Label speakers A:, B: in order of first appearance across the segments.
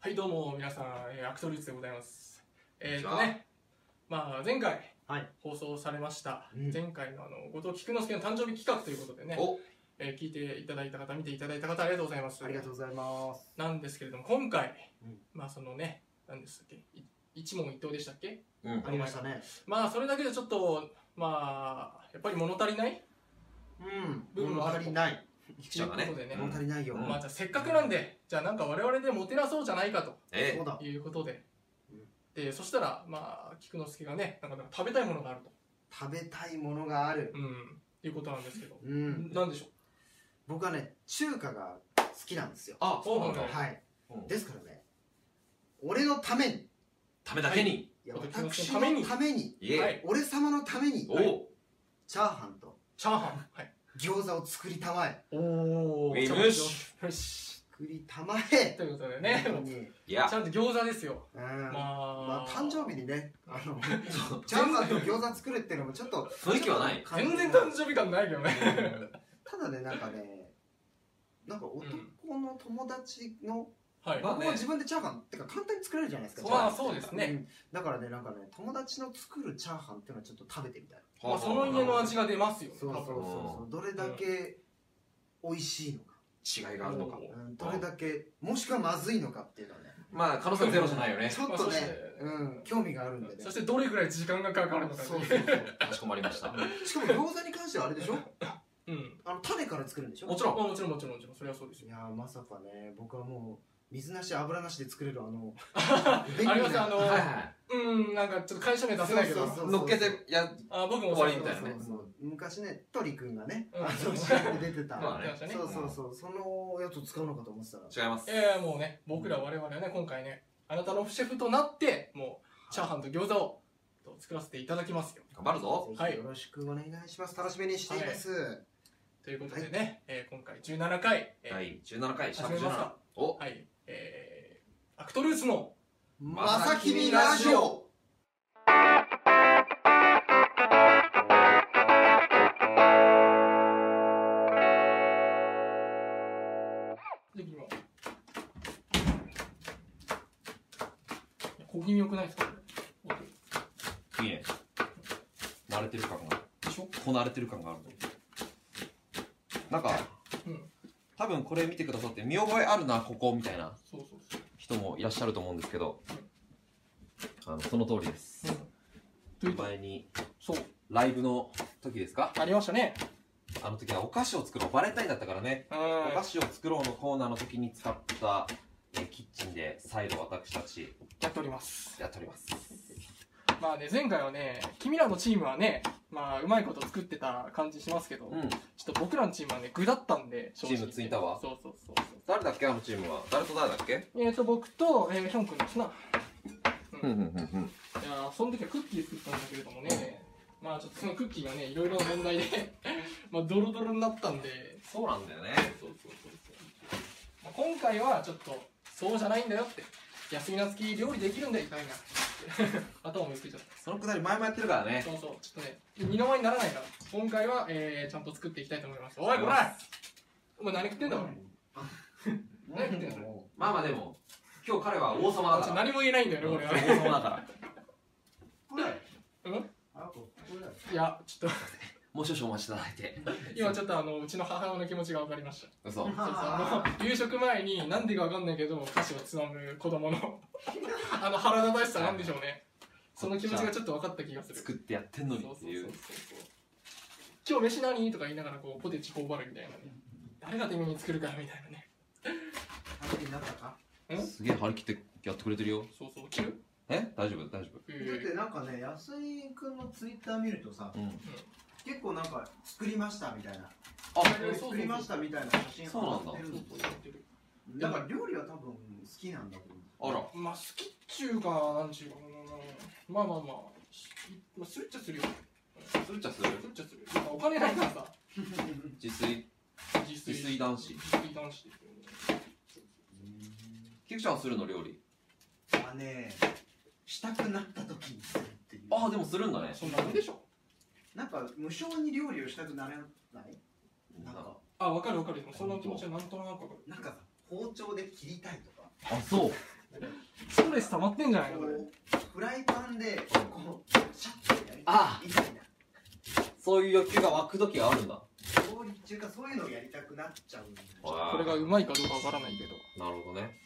A: はいどうも皆さん、えーアクトルーツでございます。えっ、
B: こ
A: と
B: んにちは
A: ね、まあ前回
B: はい
A: 放送されました、
B: うん
A: 前回のあの後藤菊之助の誕生日企画ということでね、
B: お
A: えー聞いていただいた方、見ていただいた方ありがとうございます。
B: ありがとうございます
A: なんですけれども今回、
B: うん
A: まあそのね、何でしたっけ、い一問一答でしたっけ？
B: うん
A: ありました
B: ね
A: まあそれだけでちょっとまあやっぱり物足りない
B: うん
A: 部分もある
B: 物足りない
C: ピクチャーが
A: とい
C: ね
A: うことでね
C: うん
B: 物足りないよ
C: うん
A: まあじゃあせっかくなんで、じゃあなんか我々でもてなそうじゃないかと。
C: え
B: そうだ
A: いうことで
B: うん、
A: でそしたら、まあ、菊之助がね、なんかなんか食べたいものがあると、
B: 食べたいものがある
A: うん、っていうことなんですけど、
B: うん
A: なんでしょう、
B: 僕はね中華が好きなんですよ
C: あ
A: そうなんだ
C: だ
B: はい
C: うん
B: ですからね俺のために
C: ためだけに
B: いや
A: はい
B: 私
A: ため
B: の
A: に
B: ために
C: い
A: は
C: え
A: い
B: 俺様のために
C: おお
B: チャーハンと
A: チャーハン、はい、
B: 餃子を作りたまえ
A: お
C: ー
A: よ
C: よ
A: し
C: し、
A: よし、
B: 作りたまえ
A: ということでね、
B: 本当に
C: いや
A: ちゃんと餃子ですよ、
B: うんま
A: まあ、
B: あ誕生日にねあの
C: そう
B: チャーハンと餃子作るっていうのもちょっと
C: 雰囲気はない
A: 全然誕生日感ないけどね、
B: ただねなんかねなんか男の友達の、
A: はい、
C: まあ
B: 僕
C: ね
B: も自分でチャーハンってか簡単に作れるじゃないです
A: ま
B: か
A: あ、
B: チャーハン
A: そうですね、
B: うんだからねなんかね友達の作るチャーハンっていうのはちょっと食べてみたい
A: まあ、その家の味が出ますよ、
B: そうそうそうそうどれだけ美味しいのか、
C: 違いがあるのか
A: うん
B: うんどれだけもしくはまずいのかっていうのはね
C: まあ可能性はゼロじゃないよね
B: ちょっと
A: まあそ
B: ね
A: して、
B: うん、興味があるん
A: 多
B: で
A: 分
B: ね
A: そしてどれぐらい時間がかかるのかって
B: そ
A: いうう
B: そうそう
C: かしこまりました
B: しかも餃子に関してはあれでしょ
A: うん、
B: あの種から作るんでしょ
C: もちろん
A: まあもちろん、もちろん、もちろん、それはそうです
B: い
A: よ。
B: やーまさかね僕はもう水なし油なしで作れるあの
A: ありますあの
C: はいは
A: うん、なんかちょっと会社名出せないけど
B: そうそう、そう
C: い乗っけてや
A: あ僕も
C: 終わりみたいなね
B: そうそうそう昔ねトリ君がね
A: うん
B: あの CM で出てた
C: まあ
A: や
C: ね
A: ってましたね
B: そうそうそうそのやつを使うのかと思ってたら
C: 違います
A: ええもうね、僕ら我々はね、今回ね、あなたのシェフとなって、もう、チャーハンと餃子をと作らせていただきますよ。
C: 頑張るぞ
B: ぜ
A: は
B: ひ
A: い
B: よろしくお願いします楽しみにしています
A: ということでね、えー今回17回、えー
C: 第17回シャープ
A: 始めました
C: 17お
A: はい、えーアクトルーツの、
B: まさきみラジオ
A: できます小気味よくないですかこれ
C: いいね慣れてる感がある
A: でしょ
C: こなれてる感があるなんか
A: うん
C: 多分これ見てくださって見覚えあるなここみたいな
A: そうそうそう。
C: 人もいらっしゃると思うんですけど、あのその通りです。
A: というと
C: 前に
A: そう、
C: ライブの時ですか
A: ありましたね。
C: あの時はお菓子を作ろう、バレンタインだったからね、
A: う
C: お菓
A: ん。
C: 子を作ろうのコーナーの時に使った、えーキッチンで再度私たち
A: やっております。
C: やっております。
A: まあね、前回はね、君らのチームはね、まあ、うまいこと作ってた感じしますけど、
C: うん、
A: ちょっと僕らのチームはね、具だったんで、正直
C: チームついたわ
A: そうそうそうそ
C: 誰だっけあのチームは。誰と誰だっけ
A: う。えっ、ー、と、僕と、えー、ヒョン君ですな。い
C: うんうんうんうん。
A: やーその時はクッキー作ったんだけれどもね、まあちょっとそのクッキーがね、いろいろな問題で、 まあドロドロになったんで、
C: そうなんだよね。
A: そうそうそうそう。まあ、今回はちょっと、そうじゃないんだよって。休みの月料理できるんだよ、みたいな。 頭を見つけちゃっ
C: そのくだり前もやってるから
A: た。
C: ね。
A: そうそう、ちょっとね、二の前にならないから、今回は、えー、ちゃんと作っていきたいと思います。おい、こらお前何食ってんだ、お前。何言ってんの
B: も
C: まあまあでも、今日彼は王様だ
A: ちょ
C: から。
A: 何も言えないんだよね、
C: うん
A: これは。
C: 王様だから。
B: うこれ
A: うん
B: あこれだよ
A: いや、ちょっと、
C: もう少々お待ちいただいて。
A: 今ちょっとあの、うちの母親の気持ちが分かりました。
C: 嘘。
A: そうそうあの、夕食前に、なんでか分かんないけど、歌詞をつまむ子供 の、あの腹立たしさなんでしょうね。その気持ちがちょっと分かった気がする。
C: 作ってやってんのに
A: そう
C: っ
A: そ
C: て
A: う
C: い
A: そうう。そう。今日飯何とか言いながら、こう、ポテチ頬張るみたいなね。誰が手に作るかみたいなね。
B: 食べになったか
C: すげえ張り切ってやってくれてるよ。
A: そうそう、切る
C: え大丈夫大丈夫。
A: え
B: だっ
A: ー
B: てなんかね安井君のツイッター見るとさ
C: うん。
B: 結構なんか作りましたみたいな
A: そ
C: あ、
A: うそうそう
B: 作りましたみたいな写真
C: そうなんだ
B: 上がってる
A: そうそうやってる
B: だから料理は多分好きなんだと思う
C: あら。
A: まあ好きっちゅうかなんちゅうかまあまあまあしまあするっちゃするよ
C: するっちゃする
A: するっちゃするまあお金ないからさ
C: 自炊。
A: 自
C: 自炊男子
A: 自炊男子ですよね
C: キクちゃんはするの料理。
B: まあねしたくなった時にするっていう
C: あ、でもするんだね。
A: そんなもんでしょ
B: なんか無性に料理をしたくならないなんか
A: あ分かる分かるでもそんな気持ちはなんとなく分か
B: なんかさ包丁で切りたいとか
C: あ、そう。
A: ストレス溜まってんじゃないのこれ
B: こうフライパンでこうシャッてやりたい
C: あ
B: みたいな
C: そういう欲求が湧く時があるんだ
B: 料理中かそういうのをやりたくなっちゃうんで
A: これがうまいかどうかわからないけど
C: なるほどね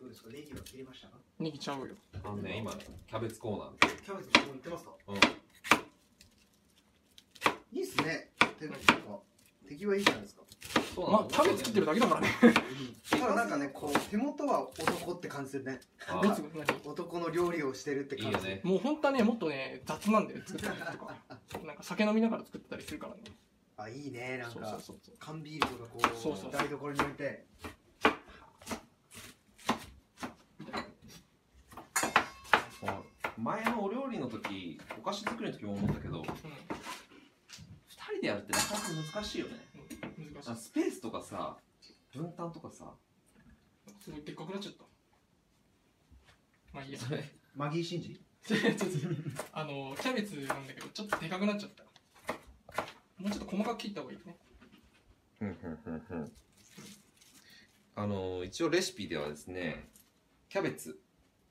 B: どうですかネギは切れましたか
A: ネギちゃうよ
C: あのね今キャベツコーナーで
B: キャベツもう売ってますか
C: うん
B: いいっすね手のなんか敵はいいじゃないですか
C: そうな
A: まあ
C: の
A: キャベツ切ってるだけだ からね
B: ただなんかねこう手元は男って感じするね
C: あ
A: どっちも何
B: 男の料理をしてるって
C: いい
B: 感
C: よ
B: じ
C: ね
A: もう本当はねもっとね雑なんだよ作った時とかなんか酒飲みながら作ってたりするからね
B: あいいねなん
A: そうそう
B: か
A: そうそう
B: 缶ビールとかこう
A: そうそう
B: 台所に置いて
C: 前のお料理の時お菓子作りの時も思ったけど2人でやるってなかなか難しいよね
A: うん難し
C: あ
A: い
C: スペースとかさ分担とかさ
A: すごいでっかくなっちゃったまあいいや
C: それ
B: マギーシンジ
A: ちょっとあのキャベツなんだけどちょっとでかくなっちゃったもうちょっと細かく切った方がいいね
C: ふんふんふんふんあのー一応レシピではですねキャベツ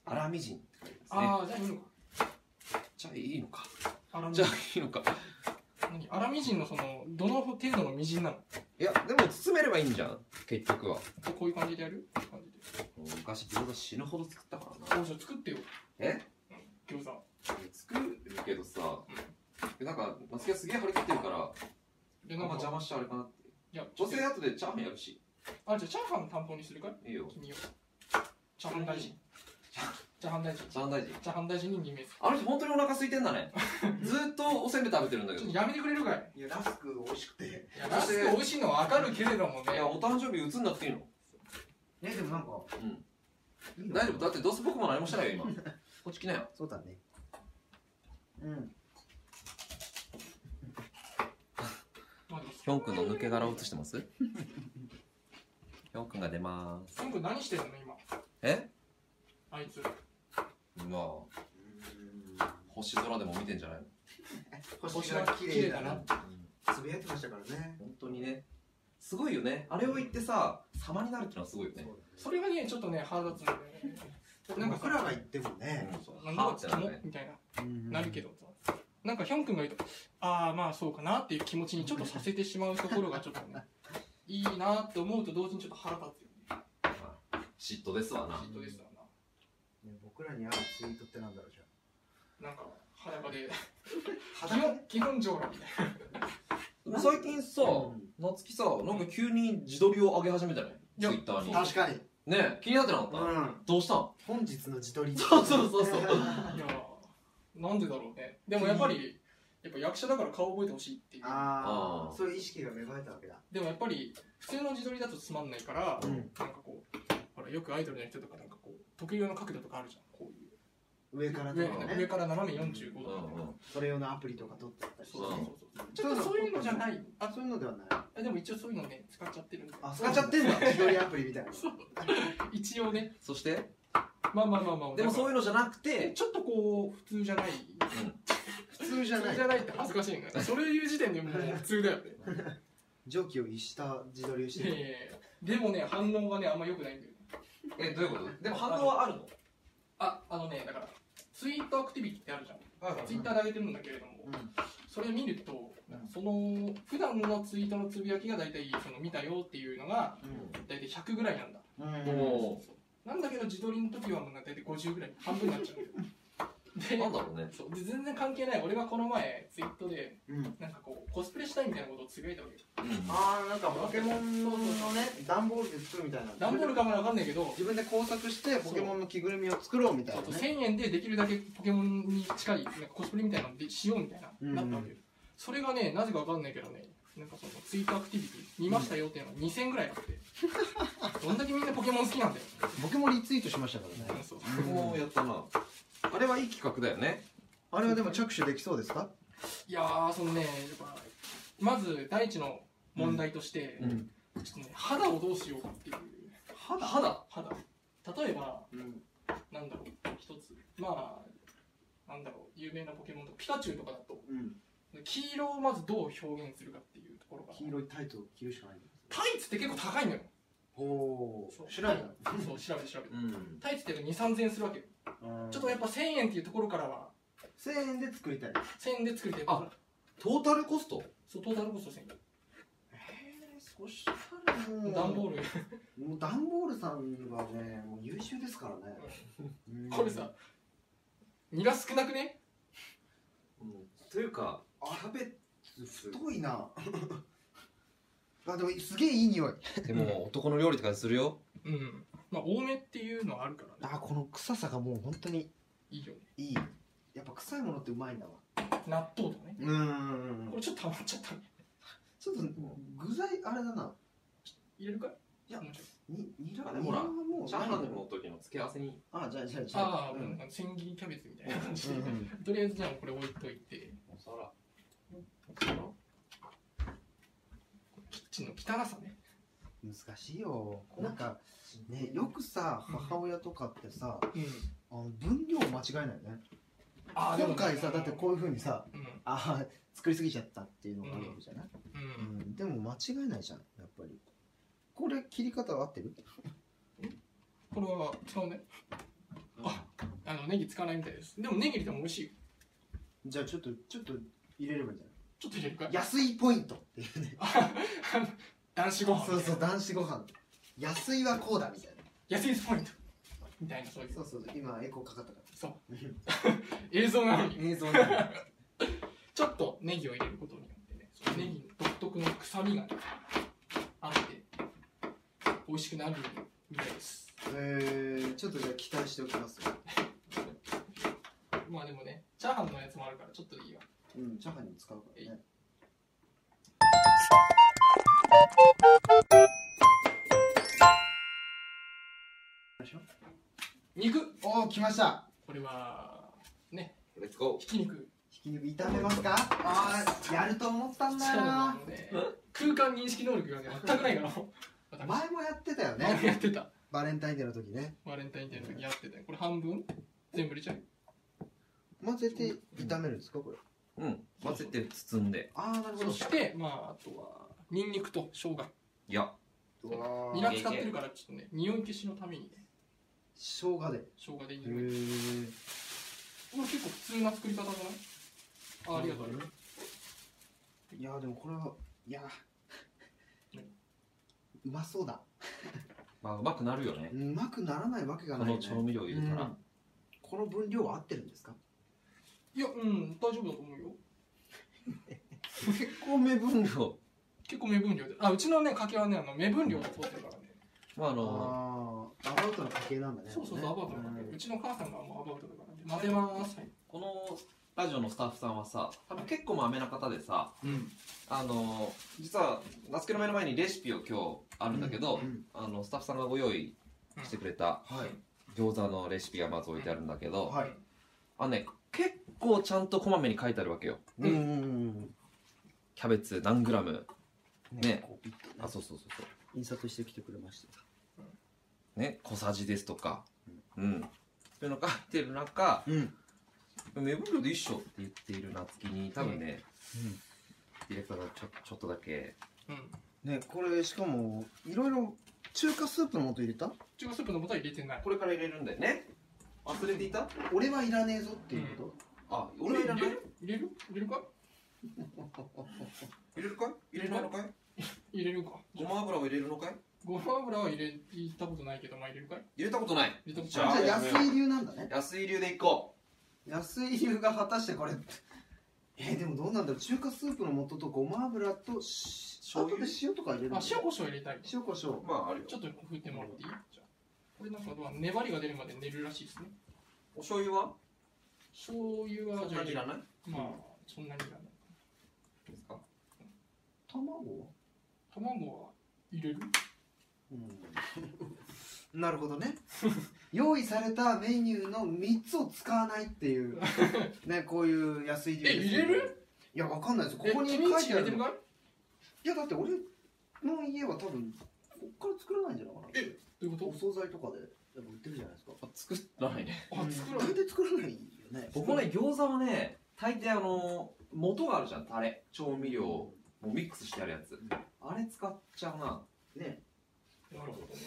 C: 粗みじんって書いてますね
A: ああじゃあいいのか
C: じゃあいいのか
A: 粗み
C: じ
A: じ
C: ゃ
A: ん何
C: あいいのか
A: 粗みじんのそのどの程度のみじんなの
C: いやでも包めればいいんじゃん結局は
A: こういう感じでやるこういう感じで
C: 昔餃子死ぬほど作ったからな
A: あじゃあ作ってよ
C: え
A: 餃子
C: 作るけどさなんか松木はすげえ張り切ってるから
A: で
C: な
A: な
C: んか
A: んか
C: 邪魔しちゃあれかなって
A: いや
C: 女性後でチャーハンやるし
A: あじゃあチャーハン担当にするかい
C: いいよ
A: 君をチャーハン大臣チャーハン大臣
C: チャーハン大臣
A: チャーハン大臣に任命する
C: あの人本当にお腹空いてんだねずーっとおせんべい食べてるんだけ
A: ち
C: ど
A: ょっとやめてくれるかい
B: いやラスク美味しくてね
A: いやラスク美味しいのはわかるけれどもね
C: いやお誕生日映んなくていいの
B: でもなんか
C: うん
B: いいの
C: 大丈夫だってどうせ僕も何もしてないよ今こっち来なよ
B: そうだねうん
A: まあでも
C: ヒョン君の抜け殻を映してますヒョン君が出まーす
A: ヒョン君何してんの今
C: え
A: あいつ
C: まあ星空でも見てんじゃないの
B: 星が綺麗だな
A: 星
B: つぶやいてましたからね
C: 本当にねすごいよねあれを言ってさ様になるってのはすごいよね
A: それがねちょっとね腹立つんだよね
B: なんか僕らが言ってもね、
A: なん
C: は
A: だ
C: あ
A: こい
C: って
A: つキモみ
C: なるね
A: たいな
B: うん
A: なるけどさなんかヒョン君が言うとああまあそうかなっていう気持ちにちょっとさせてしまうところがちょっと ねいいなって思うと同時にちょっと腹立つよね
C: 嫉妬ですわな
A: 嫉妬ですわ
B: ね僕らに合うツイートってなんだろうじゃ
A: ななんか裸で
B: あ
A: 基本基本上路みたい
C: 最近さ、
B: う
C: 夏希さなんか急に自撮りを上げ始めたね
A: い
C: ツイ
A: や
C: ッターに
A: そう
B: 確かに
C: ね気になってなかった、
B: うん
C: どうしたん
B: 本日の自撮り
C: そうそうそうそう
A: ないやーなんでだろうねでもやっぱりやっぱ役者だから顔覚えてほしいっていう
B: あ
C: あー
B: あそういう意識が芽生えたわけだ
A: でもやっぱり普通の自撮りだとつまんないから、
B: うん
A: なんかこうほらよくアイドルの人とかなんかこう特有の角度とかあるじゃんこういう
B: 上からと
A: 上,、
B: か
A: 上
B: ね
A: から斜め45
C: う
A: 度とか、
C: ん
B: それ用のアプリとか撮ってたりして
A: そうそうそうそうち
B: そ
A: ょ
B: う
A: っとそういうのじゃない
B: あそういうのではない
A: あでも一応そういうのね使っちゃってるんで
B: あ使っちゃってんだ自撮りアプリみたいな
A: そう一応ね
C: そして
A: まあまあまあまあ
C: でもそういううのじゃなくて
A: ちょっとこう普通じゃない
B: 普通じゃ
A: 普
B: な
A: 通
B: い
A: じゃないって恥ずかしいんだそれ言う時点でもう普通だ よね
B: 蒸気を逸した自撮りをしてる
A: ええでもね反応がねあんま良くないんだよ
C: えどういうことでも反応はあるの
A: ああのねだからツイートアクティビティってあるじゃん
C: はい
A: ツイッターで上げてるんだけれども、
B: うん
A: それ見ると、その普段のツイートのつぶやきが大体その見たよっていうのが大体100ぐらいなんだ、
B: うんうん
C: も
A: なんだけど自撮りの時はもう大体50ぐらい半分になっちゃ
C: う
A: う んだ
C: な
A: よ
C: んだろうね
A: でそうで全然関係ない俺がこの前ツイートで
B: うん
A: なんかこうコスプレしたいみたいなことをつぶやいたわけよ
C: うん
B: ああなんかポケモンのね段ボールで作るみたいな
A: 段ボールかもわかんないけど
B: 自分で工作してポケモンの着ぐるみを作ろうみたい
A: そ
B: な
A: うそう
B: ね
A: 1000円でできるだけポケモンに近いなんかコスプレみたいなのでしようみたいな、
B: うん
A: なったわけよそれがねなぜかわかんないけどねなんかそのツイートアクティビティ見ましたよっていうのが2000ぐらいあって、 どんだけみんなポケモン好きなんだよ、
B: 僕もリツイートしましたからね
A: そう
C: 僕もやったなあれはいい企画だよね
B: あれはでも着手できそうですか
A: いやーそのねやっぱまず第一の問題として、
C: ん
A: ちょっとね肌をどうしようかっていう
C: 肌肌
A: 肌例えば
B: うん
A: なんだろう一つまあなんだろう有名なポケモンとかピカチュウとかだと
B: うん
A: 黄色をまずどう表現するかっていうところが
B: 黄色いタイトを着るしかない
A: タイツって結構高いのよ
B: ほ
A: そう
B: う。知らんやん。
A: そう調べて調べて
C: うん。
A: タイツって2 3 0 0 0円するわけよちょっとやっぱ1000円っていうところからは
B: 1000円で作りたい。
A: 1000円で作りたい
C: あトータルコスト
A: そうトータルコスト1000円
B: ええそしたらもう。
A: 段ボール
B: ル。もう段ボールさんはね、もう優秀ですから ね。うん
A: これさ。ニラ少なくね
C: うんというか、キ
B: あ
C: ャベツ
B: 太いな。 あ、でもすげえいい匂い。
C: でも男の料理って感じするよ。
A: うんまあ多めっていうのはあるからね
B: あ、この臭さがもう本当に
A: いいよね
B: いい。やっぱ臭いものってうまいんだわ。
A: 納豆とかね
B: うー
A: これちょっと溜まっちゃったね
B: ちょっと具材あれだな。
A: 入れるかい
B: いや
A: もちろん
B: にニラ
C: あでもほら
B: ニラはもう
C: チャーハンの時の付け合わせに。
B: あじゃあじゃあじゃ
A: ああ、
B: う
A: うんん、千切りキャベツみたいな感じ
B: う
A: で、
B: ん
A: とりあえずじゃあこれ置いといて
C: お皿。
A: キッチンの汚さね
B: 難しいよなんかねよくさ母親とかってさ
A: うん
B: あの分量間違えないよね
A: あ
B: 今回さだってこういうふうにさ
A: うん
B: あー作りすぎちゃったっていうのがあるわけじゃない、
A: う
B: うんん、でも間違えないじゃんやっぱりこれ切り方合ってる
A: これは使うねああのネギ使わないみたいですでもネギ入れても美味しいよ
B: じゃあちょっとちょっと入れればいいんじゃない
A: ちょっと入れるかい
B: 安いポイントっていうね
A: あの男子ご飯
B: そうそう男子ご飯安いはこうだみたいな
A: 安いスポイントみたいなそういう
B: そうそう今エコーかかったか
A: そう
B: ら
A: 映像なのに
B: 映 像なのに
A: ちょっとネギを入れることによってねそのネギの独特の臭みがね、あって美味しくなるみたいです
B: えー、ちょっとじゃあ期待しておきますよ。
A: まあでもねチャーハンのやつもあるからちょっとでいいわ
B: うん、チャーハンに使うからね。
A: 肉
B: おお、来ました。
A: これはね
C: レッツゴ
A: ひき肉
B: ひき肉炒めますか。ああ、やると思ったんだ
A: そう
B: よ
A: な
B: な。
A: のね空間認識能力がね全くないから私
B: 前もやってたよ
A: 前もや っ
B: ね。
A: てた
B: バレンタインデーの時ね。
A: バレンタインデーの時やってたよこれ半分全部入れちゃう
B: 混ぜて炒めるんですか、これ。
C: ー。うん。混ぜて包んで。
B: ああ、なるほ
A: そしてまああとはニンニクと生姜
C: いや、
B: ど。うわ
A: ニラ
B: ー
C: いい
A: 使ってるからちょっとね匂い消しのためにね
B: 生姜で。へ
A: 生姜で
B: え
A: 匂いこれ結構普通な作り方じゃないあありがとうね
B: いやー、でもこれは、いやー。うまそうだ。
C: まあうまくなるよね。
B: うまくならないわけが
C: こ
B: ない
C: の
B: よね。
C: 調味料入れた
B: う
C: ら
B: ん。この分量は合ってるんですか。
A: いやうん大丈夫だと思うよ
B: 結構目
C: 分。
B: 分
C: 量。
A: 結構目分量であうちのね家計はねあの目分量を取ってるからね
C: まああの、
B: ああ、アバウトの家系なんだね。
A: そうそうそう、アバウトだからね、うちの母さんがもうアバウトだからね。混ぜます。はい
C: このラジオのスタッフさんはさ、多分結構まめな方でさ、
B: うん。
C: あの実は夏希の目の前にレシピを今日あるんだけど、
B: うんうん
C: あのスタッフさんがご用意してくれた
B: はい。
C: 餃子のレシピがまず置いてあるんだけど、
B: はい。
C: あのね結構ちゃんとこまめに書いてあるわけよ
A: うん
B: うんうん
C: キャベツ何グラム
B: うん。
C: ね
B: こうピッとね
C: あそうそうそうそ
B: 印刷してきてくれました。
C: うね小さじですとかうんそういうの書いてる中
B: うん。
C: 目分量で一緒って言っている夏希に多分ね、ディレクターがちょちょっとだけ
A: うん。
B: ね、これしかも、いろいろ中華スープの素入れた。
A: 中華スープの素は入れてない。
C: これから入れるんだよね忘れていた
B: 俺はいらねえぞっていうこ
C: あ俺はいらない
A: 入れる入れるか
B: と。
C: 入れるかい入れないのかい
A: 入れるか。
C: ごま油を入れるのかい
A: ごま油は入れ入れたことないけど、まあ入れるかい
C: 入れたことない
A: 入れたこと
B: じゃ
A: ない
B: あ、
C: じゃあ
B: 安い流なんだね。
C: 安い流でいこ
B: 安い流が果たしてこれ。えー、でもどうなんだろう中華スープの素とごま油とし
C: 醤油
B: あとで塩とか入れるの
A: あ、塩コショウ入れたい。ちょ
B: 塩コショウ
C: うまああるよ
A: っと振ってもらっていいじゃあこれなんかは粘りが出るまで寝るらしいですね。
C: お醤油は
A: 醤油
C: そ
A: は
C: んなにいらない
A: まあ、そんなにいらない。
C: ですか
B: 卵は
A: 卵は入れる
B: うんなるほどね用意されたメニューの3つを使わないっていうねこういう安い理由ですよ
A: え入れる
B: いやわかんないですこ
A: え
B: こに書
A: 君ん
B: い
A: ち入
B: てあ
A: れてる
B: るの
A: かい
B: いやだって俺の家は多分こっから作らないんじゃないかな
A: えどういう
B: お
A: こ
B: 惣菜とかでやっぱ売ってるじゃないですか
C: あ作らないね
A: とあ、作らない
B: 大。体作らないよね
C: 僕ね餃子はね大抵あの元があるじゃんタレ調味料をもうミックスしてあるやつあれ使っちゃうな
B: ね
A: なるほどね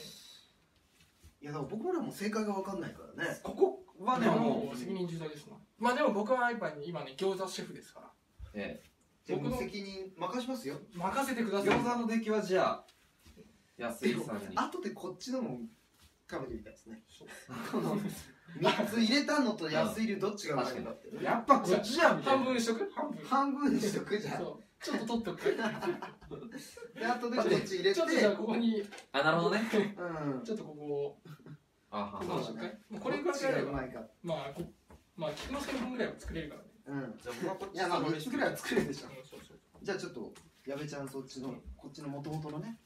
B: いやだから僕らも正解が分かんないからね
C: ここはね
A: でも
C: も
A: もう
C: う
A: 責任重大ですなまあでも僕はやっぱり今ね餃子シェフですから
C: ええ
B: 僕
A: 僕
B: の
A: の
B: 責任任しますよ
A: 任せてください
C: 餃子の出来はじゃあ安井さんに
B: 後でこっちのも食べてみたいですね
A: そう
B: この3つ入れたのと安いるどっちが悪いんだって
C: やっぱこっちじゃんみたい
A: 半
C: な
A: 分にしとく半分
B: 半分にしとくじゃん
A: そうちょっと取っとくか
B: で後でこっち入
A: ら
B: れて
A: ちょっとじゃあここに
C: あなるほどね
B: うん
A: ちょっとここ
C: あ
A: を
C: は
A: どう
C: は
A: しようかもうこれぐらいあれ
B: どっちがう
A: ば
B: まいかって
A: まあこまあ菊之助分ぐらいは作れるからね
B: うん
C: じゃあ僕はこっ
B: い
C: ち
B: やまあ
C: の
B: 3
C: レシ
B: つ
C: ピ
B: ぐらいは作れるでしょ
A: うんそうそう
B: じゃあちょっと矢部ちゃんそっちのこっちの元々のね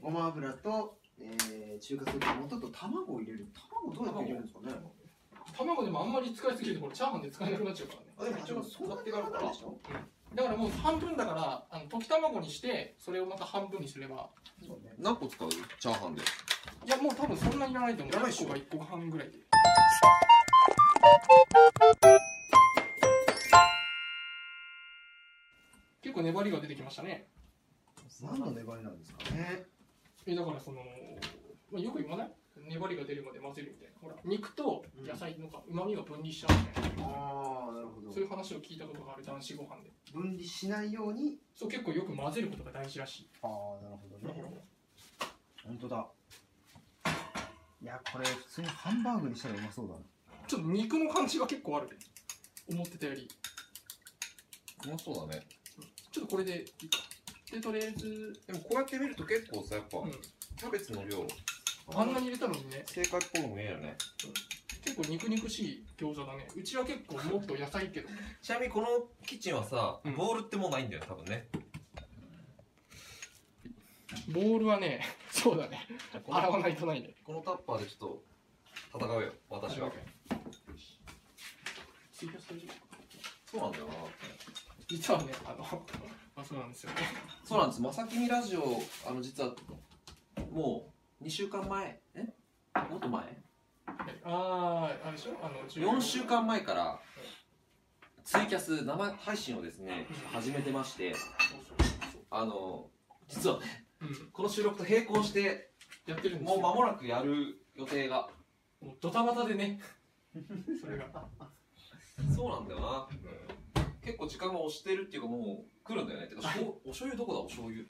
B: ごま油と、えー、中華スープの素と卵を入れる卵どうやって入れるんですかね
A: 卵でもあんまり使いすぎるとこれチャーハンで使えなくなっちゃうからね
B: あでも一応そんなにかないでしょ
A: だからもう半分だからあの溶き卵にしてそれをまた半分にすれば
B: そうね
C: 何個使うチャーハンで
A: いやもう多分そんなにいらないと思う
C: いらないっしょ
A: 1個が1個半ぐらいで結構粘りが出てきましたね
B: 何の粘りなんですかね
A: えだからその、まあ、よく言わない粘りが出るまで混ぜるみたいなほら肉と野菜のうまみが分離しちゃうみたいな、
B: ああなるほど
A: そういう話を聞いたことがある男子ご飯で
B: 分離しないように
A: そう結構よく混ぜることが大事らしい
B: ああなるほど
A: ほらほら
B: 本当だいやこれ普通にハンバーグにしたらうまそうだな
A: ちょっと肉の感じが結構あるね思ってたより
C: うまそうだね
A: ちょっとこれでいいかでとりあえず、
C: でもこうやって見ると結構さやっぱ
A: う
C: キャベツの量
A: ん、あんなに入れたのにね
C: 正解っぽいのもいいよね
A: 結構肉肉しい餃子だねうちは結構もっと野菜けど
C: ちなみにこのキッチンはさ
A: うん
C: ボールってもうないんだよ多分ね
A: ボールはねそうだね
C: こ
A: 洗わ
C: の
A: ないとないね
C: このタッパーでちょっと戦うよ私は
A: ツイキャス大丈夫
C: そうなんだよな
A: 実はねあの あそうなんですよね
C: そうなんですまさきみラジオあの実はもう2週間前えもっと前
A: あああれでしょあの15
C: 4週間前からツイキャス生配信をですね始めてまして
A: そうそうそう
C: あの実はね
A: うん
C: この収録と並行して
A: やってるんです
C: も
A: よ
C: う間もなくやる予定が
A: もうドタバタでね それが
C: そうなんだよな結構時間が押してるっていうかもう来るんだよねてかしょ うお醤油どこだお醤油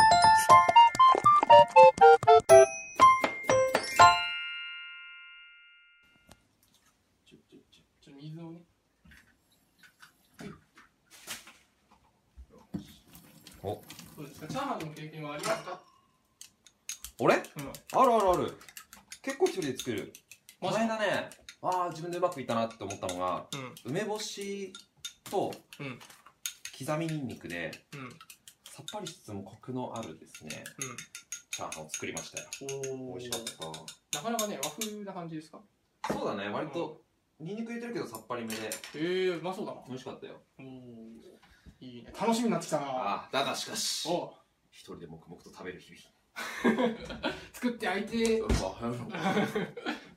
A: ちょちょちょちょ水をね
C: お
A: どうですかチャーハンの経験はありますか
C: 俺
A: うん
C: あるあるある結構一人で作る
A: マ
C: 前
A: ジか
C: だねああ自分でうまくいったなって思ったのが
A: うん
C: 梅干しと
A: うん
C: 刻みにんにくで
A: うんうん
C: さっぱりしつつもコクのあるですねチャーハンを作りましたよ
B: お
C: 美
B: お
C: 味しかっ
A: なかなかね和風な感じですか
C: たそうだね割とにんにく入れてるけどさっぱりめで
A: ええうまそうだな
C: 美味しかったよ
A: いいね楽しみになってきたな
C: ああだがしかし
A: お
C: 一人で黙々と食べる日
A: 作って 相手
C: 々うわ
A: ノー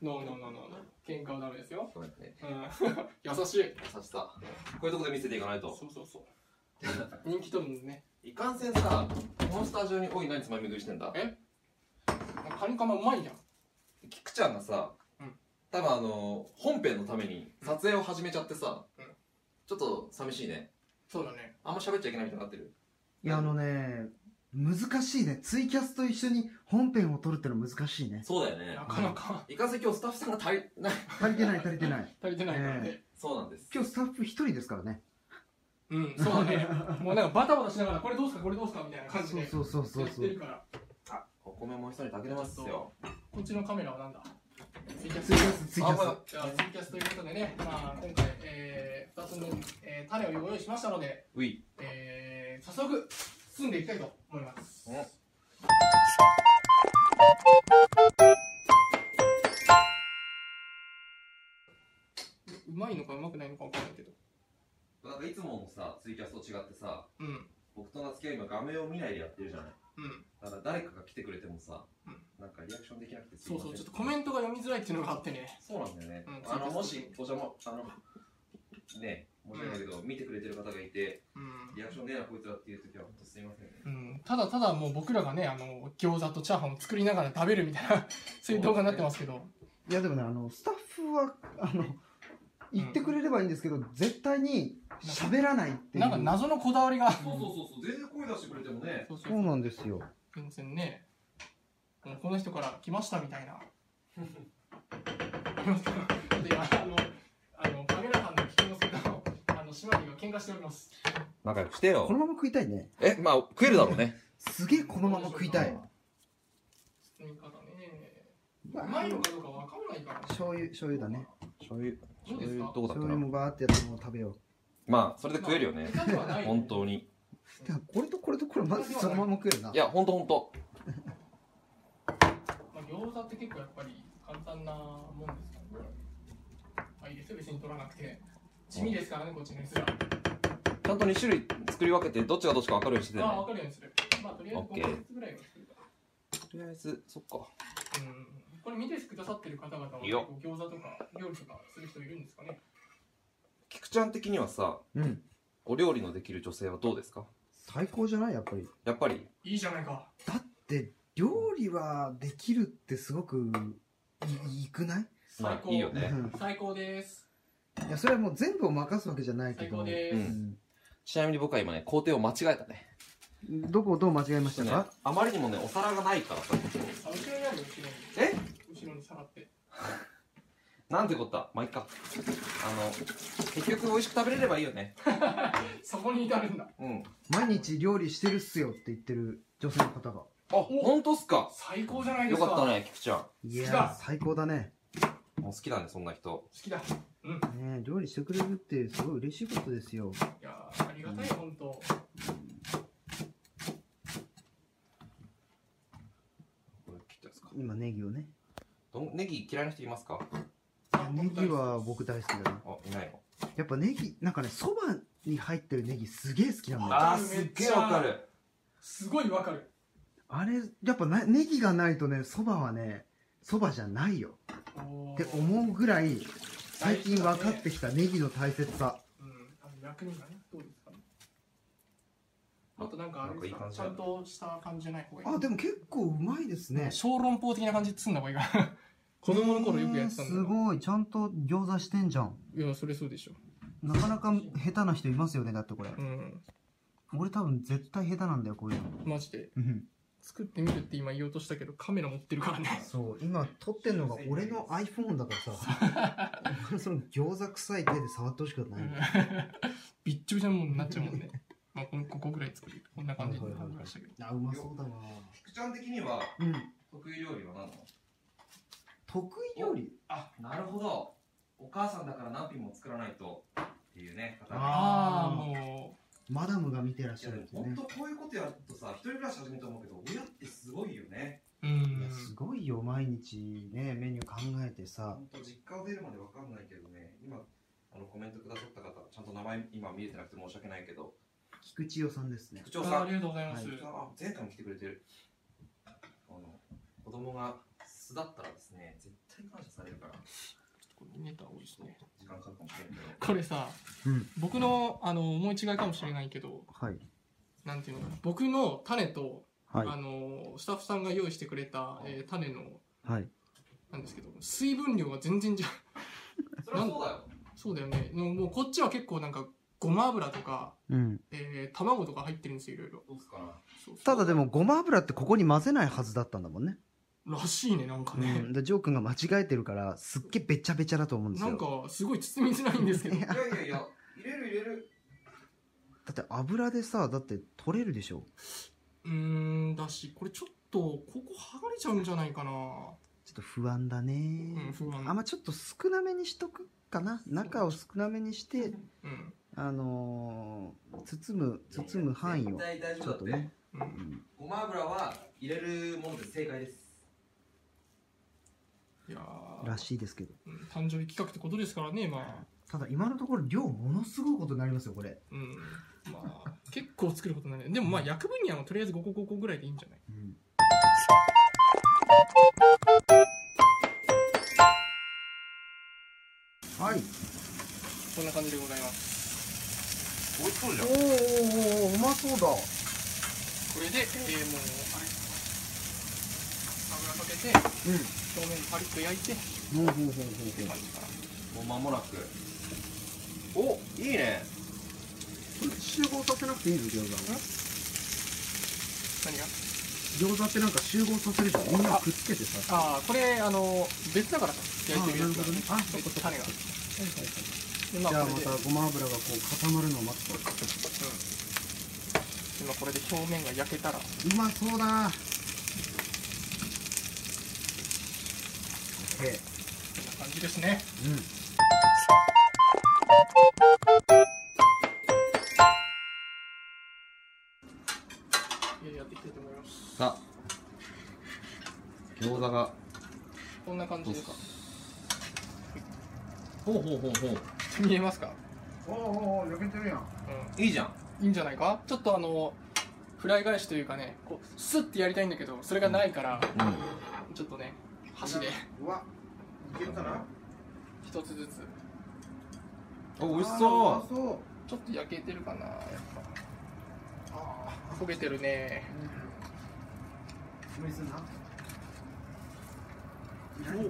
A: ノーノーノー喧嘩はダメですよ、
C: ごめんね
A: うん優しい
C: 優しさこういうとこで見せていかないと
A: そうそうそう人気取るんですね
C: いかんせんさこのスタジオに「おい何つまみ食いしてんだ
A: カニカマうまいじゃん
C: 菊ちゃんがさ、
A: うん
C: 多分あの本編のために撮影を始めちゃってさ、
A: うん
C: ちょっと寂しいね
A: そうだね
C: あんま喋っちゃいけないみたいになってる
B: いやあのね難しいねツイキャスと一緒に本編を撮るってのは難しいね
C: そうだよね
A: なかなか
C: いかんせん今日スタッフさんが足りない
B: 足りてない足りてない
A: 足りてないからね、
C: そうなんです
B: 今日スタッフ一人ですからね
A: うんそうだねもうなんかバタバタしながらこれどうすかこれどうすかみたいな感じ
B: そう
A: で
B: そうそうそ
A: や
B: う
A: っ
B: そ
A: て
B: う
A: るから
C: あお米も一緒に炊けてますよ
A: こっちのカメラはなんだツイキャ
B: ツイキャ
A: ス
B: スツイ
C: あ
B: キャ
C: ま
B: ス
C: だ
A: じゃあツイキャスということでね、まあ、今回、えー、2つの、えー、種をご用意しましたので
C: うい
A: えー、早速進んでいきたいと思います
C: うん
A: うまいのかうまくないのかわかんないけど
C: なんかいつものさツイキャスと違ってさ
A: うん
C: 僕と夏希は今画面を見ないでやってるじゃない
A: うん
C: だから誰かが来てくれてもさ、
A: うん
C: なんかリアクションできなくて
A: そ
C: すいま
A: う
C: せん
A: そうちょっとコメントが読みづらいっていうのがあってね
C: そうなんだよね、
A: うん
C: あの
A: そ
C: も
A: うです
C: しお邪魔あのねえ
D: 申し訳ないけど、見てくれてる方がいて、
A: うん
D: リアクションねえな、こいつらっていう時は、本当すいませんね。
A: うん、ただただもう僕らがねあの餃子とチャーハンを作りながら食べるみたいな そういう動画になってますけど
B: いやでもねあのスタッフはあの言ってくれればいいんですけど、絶対に喋らないっていう
A: なんか謎のこだわりが
D: そうそうそうそう、全然声出してくれてもね、
A: そうそう
B: そうなんですよ
A: 全然ねもうこの人から来ましたみたいなであのあのカメラさんの聞きますけどあの島根が喧嘩しております
C: 仲良くして
B: この
C: よ。
B: まま食いたいね
C: え、まあ、食えるだろうね。
B: すげえこのまま食いたい
A: 包み方ねう
B: まあ
A: まいのかどうかわからないからね
B: 醤油醤油だね
C: 醤油、
A: どう
C: 醤
A: です
C: 油
A: か
C: どこだった
B: 醤
C: ら
B: 油。もバーってやってもう食べよう
C: まあ、それで食えるよね。
A: まあ下手ではない
C: 本当に。
B: でもこれとこれとこれまずそのまま食えるない
C: や、本当本当。
A: まあ、餃子って結構やっぱり簡単なもんですからねまあいいですよ別に取らなくて地味ですからねこっちのやつら
C: ちゃんと2種類作り分けて、どっちがどっちか分かるようにしてた
A: まあ
C: よ
A: 分かる
C: ね。
A: ようにするまあとりあえず
C: オッケ
A: 5
C: ー
A: ヶ月ぐらいは作るか
C: とりあえず、そっか。
A: うんこれ見てくださってる方々は結
C: いいよ
A: 構餃子とか料理とかする人いるんですかね
C: 菊ちゃん的にはさ、
B: うん
C: お料理のできる女性はどうですか
B: 最高じゃないやっぱり
C: やっぱり、
A: いいじゃないか
B: だって料理はできるってすごくいいくない、
C: ま
A: 最
C: あ、
A: 高、
C: いいよ
B: う
C: ね。
B: ん
A: 最高です
B: いやそれはもう全部を任すわけじゃないけ
A: 最
B: ど
A: 高です、
C: うんちなみに僕は今ね、工程を間違えたね。
B: うんどこをどう間違えました
C: ね
B: か、
C: あまりにもね、お皿がないからさ、こっちに
A: あ後ろにあるよ
C: え
A: 後ろに後ろにさらって
C: なんてことだ。まあ、いっか。あの、結局美味しく食べれればいいよね。
A: そこに至るんだ
C: うん。
B: 毎日料理してるっすよって言ってる女性の方が
C: あ、本当っすか。
A: 最高じゃないで
C: よ
A: すか
C: かったね、菊ちゃん。
B: い
A: 好き
B: や
A: だ
B: ー最高だね
C: もう好きだね、そんな人。
A: 好きだうんい
B: ねえ料理してくれるってすごい嬉しいことですよ
A: やーありがたいよ本当
C: これ切ったやつか。
B: 今ネギをね
C: どんネギ嫌いな人いますか
A: あ
B: ネギは僕大好きだな
C: あ、いないの。
B: やっぱネギなんかねそばに入ってるネギすげえ好きなんだよ
A: あ
C: あ
A: ー
C: ー、
A: す
C: す
A: っ
C: っ
A: げ
C: げ
A: え
C: え
A: わ
C: わ
A: か
C: か
A: る
C: る。
A: すごいわかる
B: あれやっぱなネギがないとねそばはねそばじゃないよ
A: おー
B: って思うぐらい最近分かってきたネギの大切さ
A: うんあの役人がねどうですかねもっとなんかあれですか
C: なんかいい感じ
A: ちゃんとした感じじゃない方がいい
B: あでも結構うまいですね
A: 小籠包的な感じで包んだ方がいいかな 子供の頃よくやってたんだ
B: すごいちゃんと餃子してんじゃん
A: いやそれそうでしょ
B: なかなか下手な人いますよねだってこれ
A: うん
B: 俺多分絶対下手なんだよこういうの
A: マジで作ってみるって今言おうとしたけどカメラ持ってるからね
B: そう今撮ってんのが俺の iPhone だから さその餃子臭い手で触ってほしくはない、
A: びっちょびちょなもんになっちゃうもんねまあこのここぐらい作るこんな感じに
B: はいは
A: な
B: いはい
A: りましたけど
B: あうまそうだな
C: 菊ちゃん的には、
B: うん
C: 得意料理は何なの
B: 得意料理
C: あ、なるほど。お母さんだから何品も作らないと。っていうね、方
B: あ
C: ね。
A: ああ
B: ー
A: も
B: マダムが見てらっ
C: い
B: し
C: や
B: ゃ
C: で
B: るっ
C: も
B: ていう
C: 本
B: ね
C: 当こういうことやるとさ、一人暮らし始めると思うけど、親ってすごいよね。
A: うう
B: い
A: ん
B: やすごいよ毎日ねメニュー考えてさ
C: 本当実家を出るまでわかんないけどね、今、あのコメントくださった方、ちゃんと名前今見れてなくて申し訳ないけど、
B: 菊池代さんですね
C: 副長
A: あー
C: さ
A: あ
C: ん、
A: りがとうございます、
C: あ
B: は
C: 前回も来てくれてる。あの子供が巣だったらですね、絶対感謝されるから、
A: これネタ多いですね
C: 時間かかるかもしれないけ
A: これさ、
B: うん
A: 僕のあの思い違いかもしれないけど
B: はい
A: なんていうの僕の種と、
B: はい
A: あのスタッフさんが用意してくれた、えー種の
B: はい
A: なんですけど水分量が全然じゃ
C: ど、それはそうだよ。
A: そうだよね もうもうこっちは結構なんかごま油とか、
B: うん
A: えー卵とか入ってるんですよいろいろ
C: どうすかな。
A: そうそう
B: ただでもごま油ってここに混ぜないはずだったんだもんね
A: らしいねなんか
B: う
A: ね
B: ん、、でジョー君が間違えてるからすっげえべちゃべちゃだと思うんです
A: な
B: よ
A: んかすごい包みづらいんですけ ど
C: いやいやいや、入れる入れる。
B: だって油でさだって取れるでしょ
A: うーんだしこれちょっとここ剥がれちゃうんじゃないかな
B: ちょっと不安だね、
A: うん不安
B: あまあちょっと少なめにしとくかな中を少なめにして
A: うん
B: あのー包む包む範囲を
C: 絶対大丈
B: ちょ
C: 夫
B: っ
C: だ
B: と
C: って。
B: ね、
A: う
B: うんん、
C: ごま油は入れるもので正解です。
A: いやー
B: らしいですけど
A: うん誕生日企画ってことですからねまあ
B: ただ今のところ量ものすごいことになりますよこれ、
A: うんまあ、結構作ることになる。でもまあ、薬分にはとりあえず5個5個ぐらいでいいんじゃない
B: うん、はい
A: こんな感じでございます。
E: 美味しそうじゃん
B: おーおーおーうまそうだ
A: これで、えー、もうあれ油かけて
B: う
A: 表面パリッと焼いてっ
B: んほうほうほうほ
A: て
B: う
A: 感じかな
E: もう間もなく
C: おいいね
B: これ集合させなくていいの餃子は
A: 何が
B: 餃子ってなんか集合させるじゃんみんなをくっつけてさ
A: ああこれあの別だからさ焼いてるやつ
B: あなるほどねあそっかそっか
A: 種が
B: はいはいはい
A: で
B: じゃ
A: まあ
B: あま
A: これで
B: たごま油がこう固まるのを待つと
A: うん今これで表面が焼けたら
B: うまそ
A: こん
B: うだ OK
A: な感じですね
B: うん
A: えーやっていきたいと思います
C: さ餃子が
A: こんな感じです
C: どうほうほうほうほ
A: 見えますか
B: おお焼けてるやん
A: う
C: ういいじゃん
A: んいいんじゃないかちょっとあのフライ返しというかねこうスッてやりたいんだけどそれがないから、
C: うん
A: ちょっとね箸で
B: うわいけるかな
A: 一つずつ
C: お美味し
B: あ
C: そ
B: ーうまそう
A: ちょっと焼けてるかなやっ
B: あ
A: ぱ焦げてるね
B: ー無理すんな何こ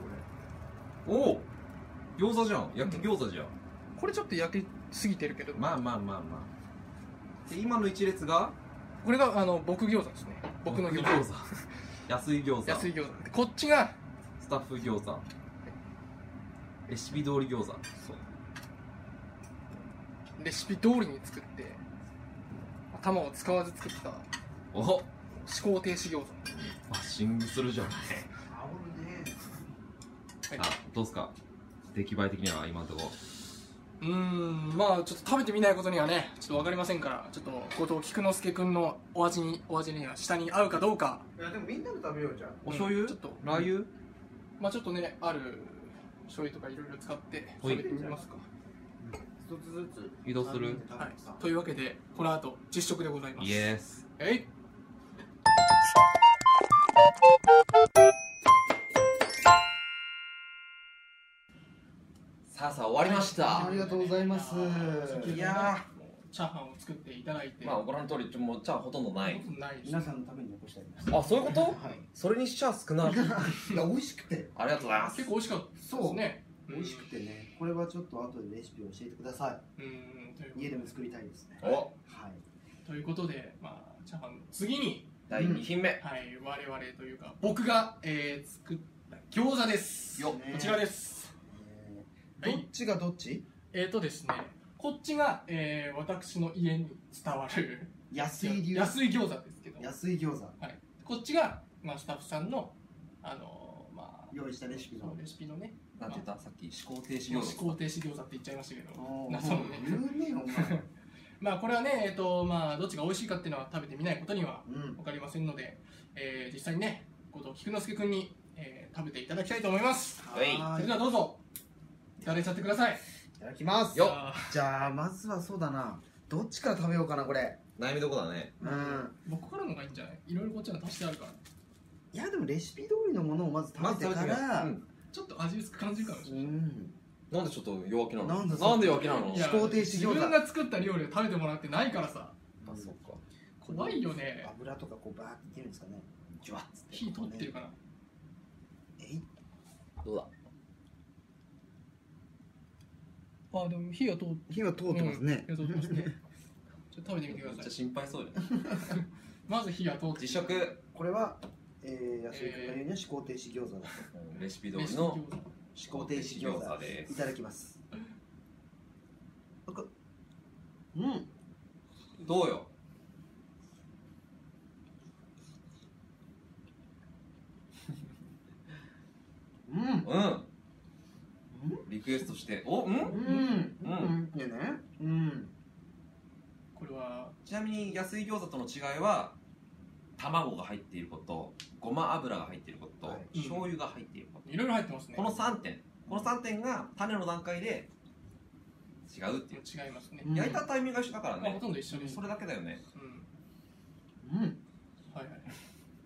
C: うおお餃子じゃん焼き餃子じゃん、
A: これちょっと焼けすぎてるけど、
C: まあまあまあまあで今の一列が
A: これがあの僕餃子ですね僕の餃子
C: 子 安い餃子
A: 安い餃子でこっちが
C: スタッフ餃子レシピ通り餃子
A: レシピ通りに作って頭を使わず作った
C: おお
A: 思考停止餃子
C: バッシングするじゃん、
B: れ煽るね
C: あどうっすか出来栄え的には今のとこ
A: うーんまあちょっと食べてみないことにはねちょっと分かりませんからちょっと後藤菊之助君のお味にお味には下に合うかどうか
B: いやでもみんなで食べようじゃん
C: お醤油、
A: うんちょっと
C: ラー油
A: まあちょっとねある醤油とかいろいろ使って
C: ほい
A: 食べてみますか
B: 一つずつ
C: 移動する
A: はいというわけでこの後実食でございます
C: イエス
A: えい
E: さあさあ終わりました
B: ありがとうございます
A: い
B: い
A: や
B: や
A: チャーハンを作っていただいて
E: まあご覧の通りちょもうじゃあほとんどない
A: ないです
B: 皆さんのために残してあります
E: あそういうこと
B: はい
E: それにしちゃ少ない
B: いや美味しくて
E: ありがとうございます
A: 結構美味しかったです
B: そう
A: ね
B: 美味しくてねこれはちょっと後でレシピを教えてくださ
A: うんうんということで
B: い家でも作りたいですね
E: お
B: はい
A: ということで、まあ、チャーハンの次に、
E: 第2品目、
A: はい、我々というか僕が、えー作った餃子です
B: よ
A: こちらです
B: えーどっちがどっち
A: えっ、とですねこっちが、えー私の家に伝わる
B: 安い流
A: 安い餃子ですけど
B: 安い餃子
A: こっちが、まあ、スタッフさんのあのーまあ
B: 用意したレシピ
A: その
B: の
A: レシピのね
E: なんて言ったさっき思考停止
A: 思
E: 用素
A: 考停止餃子って言っちゃいましたけど
B: お
A: な
B: ー
A: そうね
B: 言うねえお前
A: まあこれはねえっ、とまあどっちが美味しいかっていうのは食べてみないことには
B: うん
A: 分かりませんので、えー実際にね後藤菊之助君に、えー食べていただきたいと思います
E: はい
B: は
A: そ
B: ー
A: れ
B: い
A: ではどうぞいただいちゃってください
B: いただきます
E: よっ
A: さあ
B: じゃあまずはそうだなどっちから食べようかなこれ
C: 悩みどこだね
B: うん
A: 僕からのがいいんじゃないいろいろこっちの足してあるから
B: いやでもレシピ通りのものをまず食べてか
C: みよう
B: ら
C: うん
A: ちょっと味薄く感じるかもしれ
B: う
A: ない
B: ん
E: なんでちょっと弱気なの
B: なんだ
E: なんで弱気なの
A: いや
B: 思考停止餃子
A: 自分が作った料理を食べてもらってないからさ
E: あそうか
A: 怖いよね
B: 油とかこうバーっていけるんですかね
E: ジュワッつって
A: 火取ってるから
B: えい
E: どうだ
A: あでも火が通って
B: 火が通ってますね
A: 火が通ってますねちょっと食べてみてく
E: めっ
A: だ
E: ちゃ
A: さい
E: 心配そうじゃん
A: まず火が通って
E: 実食、
B: これはえー安井君が言うには思考停止餃子だ
E: レシピ通
A: レ
E: り
A: シピ
E: の
A: 餃子
B: 思考停止餃子
E: で
B: い
E: す
B: ただきますなんかうん
E: どうよ
B: うん
E: うん
B: うん
E: リクエストしておうん
B: うん
E: う
B: うんんってねうん
A: これは
E: ちなみに安い餃子との違いは卵が入っていることごま油が入っていること、
B: はい
E: 醤油が入っていること、
A: いろいろ入ってますね
E: この3点この3点が種の段階で違うっていう、
A: 違いますね、
B: うん
E: 焼いたタイミングが一緒だから
A: まあ、ほ
E: ね
A: とんど一緒です、
E: それだけだよね
A: うん
B: うん
A: はいはい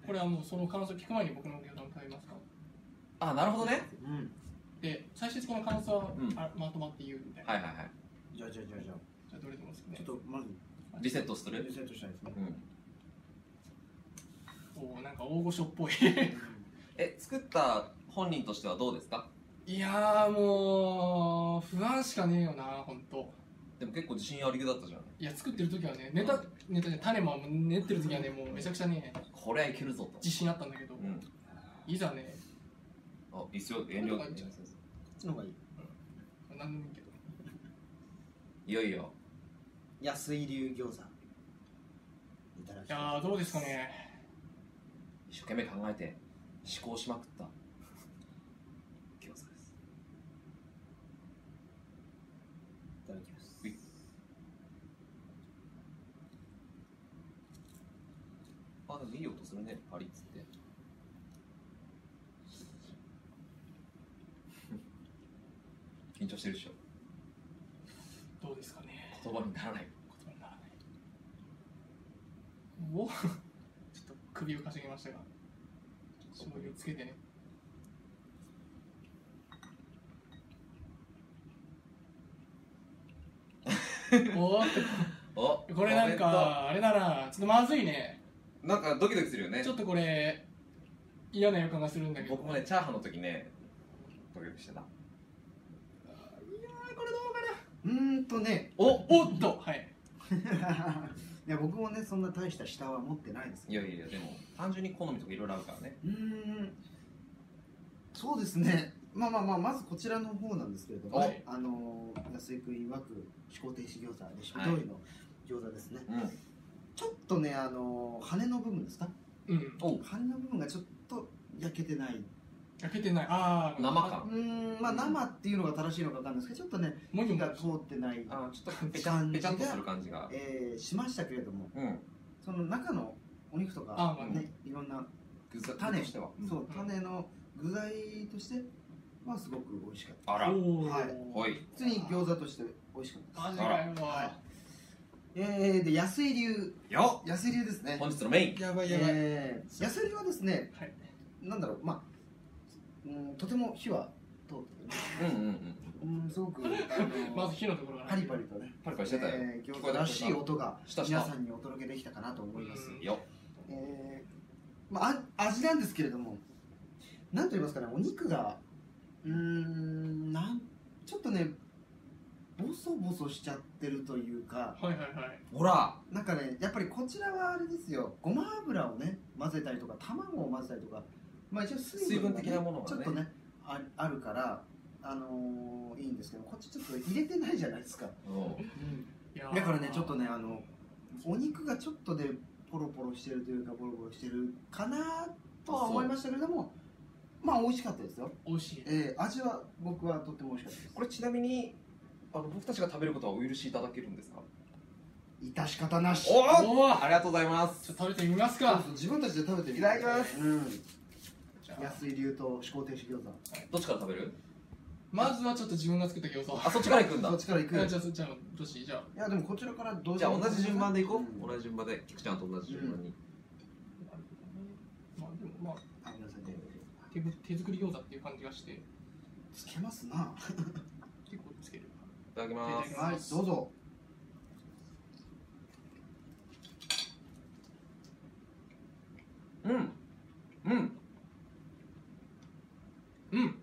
A: これはもうその感想聞く前に僕の餃子を食べますか
E: あなるほどね
B: うん
A: で最終的な感想は、
E: うん
A: あまとまって言うみたいな、
E: はいはいはい
B: じゃあじゃあじゃあじゃ
A: じじ
B: あ
A: ゃあどれでもですかね
B: ちょっとまず
C: リセットす
B: リ
C: る
B: セットしたいですね
C: う。ん
A: おーなんか大御所っぽい
C: え作った本人としてはどうですか
A: いやーもう不安しかねえよな本当
C: でも結構自信ありげだったじゃん
A: いや作ってる時はねネタネタじゃ種も練ってる時はねもうめちゃくちゃね
C: これはいけるぞと
A: 自信あったんだけど
C: うん
A: いざね
C: あいいっすよ遠
A: こう
C: 慮
A: いうのがいいんじゃない
B: こっちの方がいい。
A: 何でもいいけど
C: いよいよ
B: 安い流餃子。いただ
A: い
B: き
A: や
B: ま
A: ーどうですかね
C: 一生懸命考えて試行しまくった餃子です
B: す。いただきます。
C: はいあでもいい音するねパリッつって 緊張してるでしょ
A: どうですかね
C: 言葉にならない
A: 言葉にならないおちょっと首をかしげましたが醤油をつけ てねおーっ
C: お
A: とこれなんかあれだなちょっとまずいね
C: なんかドキドキするよね
A: ちょっとこれ嫌な予感がするんだけど
C: 僕もねチャーハンの時ねドキドキしてた
A: あーこれどうかな
B: うーんと ね。
C: お
A: おっとはい
B: いや僕もねそんな大した舌は持ってないですけ
C: いやいやいやでも単純に好みとかいろいろあるからね
B: ど。うーん。そうですね。まあまあまあまずこちらの方なんですけれども、
A: はい
B: あのー安井君曰く思考停止餃子でしょ、
C: はい
B: 通りの餃子ですね。
C: うん
B: ちょっとねあのー羽の部分ですか。
A: うん
C: お
B: 羽の部分がちょっと焼けてない。
A: 焼けてないああ
C: 生
B: う
C: 感
B: ーんまあ生っていうのが正しいのかわかんないですけどちょっとね
A: もぎ
B: 火
A: も
B: が通ってない、
C: あーちょっとペチャンペチャンとする感じが
B: えー、しましたけれども
C: うん
B: その中のお肉と
A: あ
B: か
A: まあ
B: ねいろんな
C: 具材
B: 種
C: としてはうん
B: そう種の具材としてはすごく美味しかった
C: あら
A: おー
C: はい
B: 普通に餃子として美味しかった
A: マジかよ、
B: はいえー、で安井流
C: よ
B: 安井流ですね
C: 本日のメイン
A: やばいやばい、
B: えー、安井流はですね
A: はい
B: なんだろうまあうんとても火は通ってるね
C: うんうんうん
B: うんすごくあの
A: まず火のところが
B: パリパリとね、
C: パリパリしてたよ
B: えー、餃子らしい音が
C: したし
B: 皆
C: た
B: さんにお届けできたかなと思います、
A: うん
C: よ
B: えーまあ、あ味なんですけれどもなんと言いますかねお肉がうーんなんちょっとねボソボソしちゃってるというか
A: はいはいはい
C: ほら
B: なんかねやっぱりこちらはあれですよごま油をね混ぜたりとか卵を混ぜたりとかまあ一応水分,、
C: 水分的なものがね
B: ちょっとねああるからあのーいいんですけどこっちちょっと入れてないじゃないですか
C: うん
A: いやー
B: だからね、ちょっとね、あのお肉がちょっとでポロポロしてるというか、ボロボロしてるかなとは思いましたけれども、まあ、美味しかったですよ、
A: 美味しい
B: えー味は僕はとっても美味しかったです。
C: これちなみにあの僕たちが食べることはお許しいただけるんですか
B: 致し方なし、
C: おー
A: おー
C: ありがとうございます
A: ちょっと食べてみます
B: そう
A: か
B: そう自分たちで食べてみ
C: いただきます
B: うん、
A: じゃあ
B: 安い流と思考停止餃子、
C: どっちから食べる
A: まずはちょっと自分が作った餃子を
C: あそっちから行くんだ
B: そっちから行く。
A: じゃあ
B: い
A: じゃあじゃあどうしじゃあ
B: や、でもこちらからどう
C: じゃあ同じ順番でいこ
B: ん
C: う同じ順番で菊ちゃんと同じ順番に
A: まあでもまあ
B: あごめんなさいね
A: 手ぶ手作り餃子っていう感じがして
B: つけますな。
A: 結構つける
C: いただきます
A: いただき
B: は
A: ま
B: い、
A: す
B: どうぞ。
C: うんうん
A: うん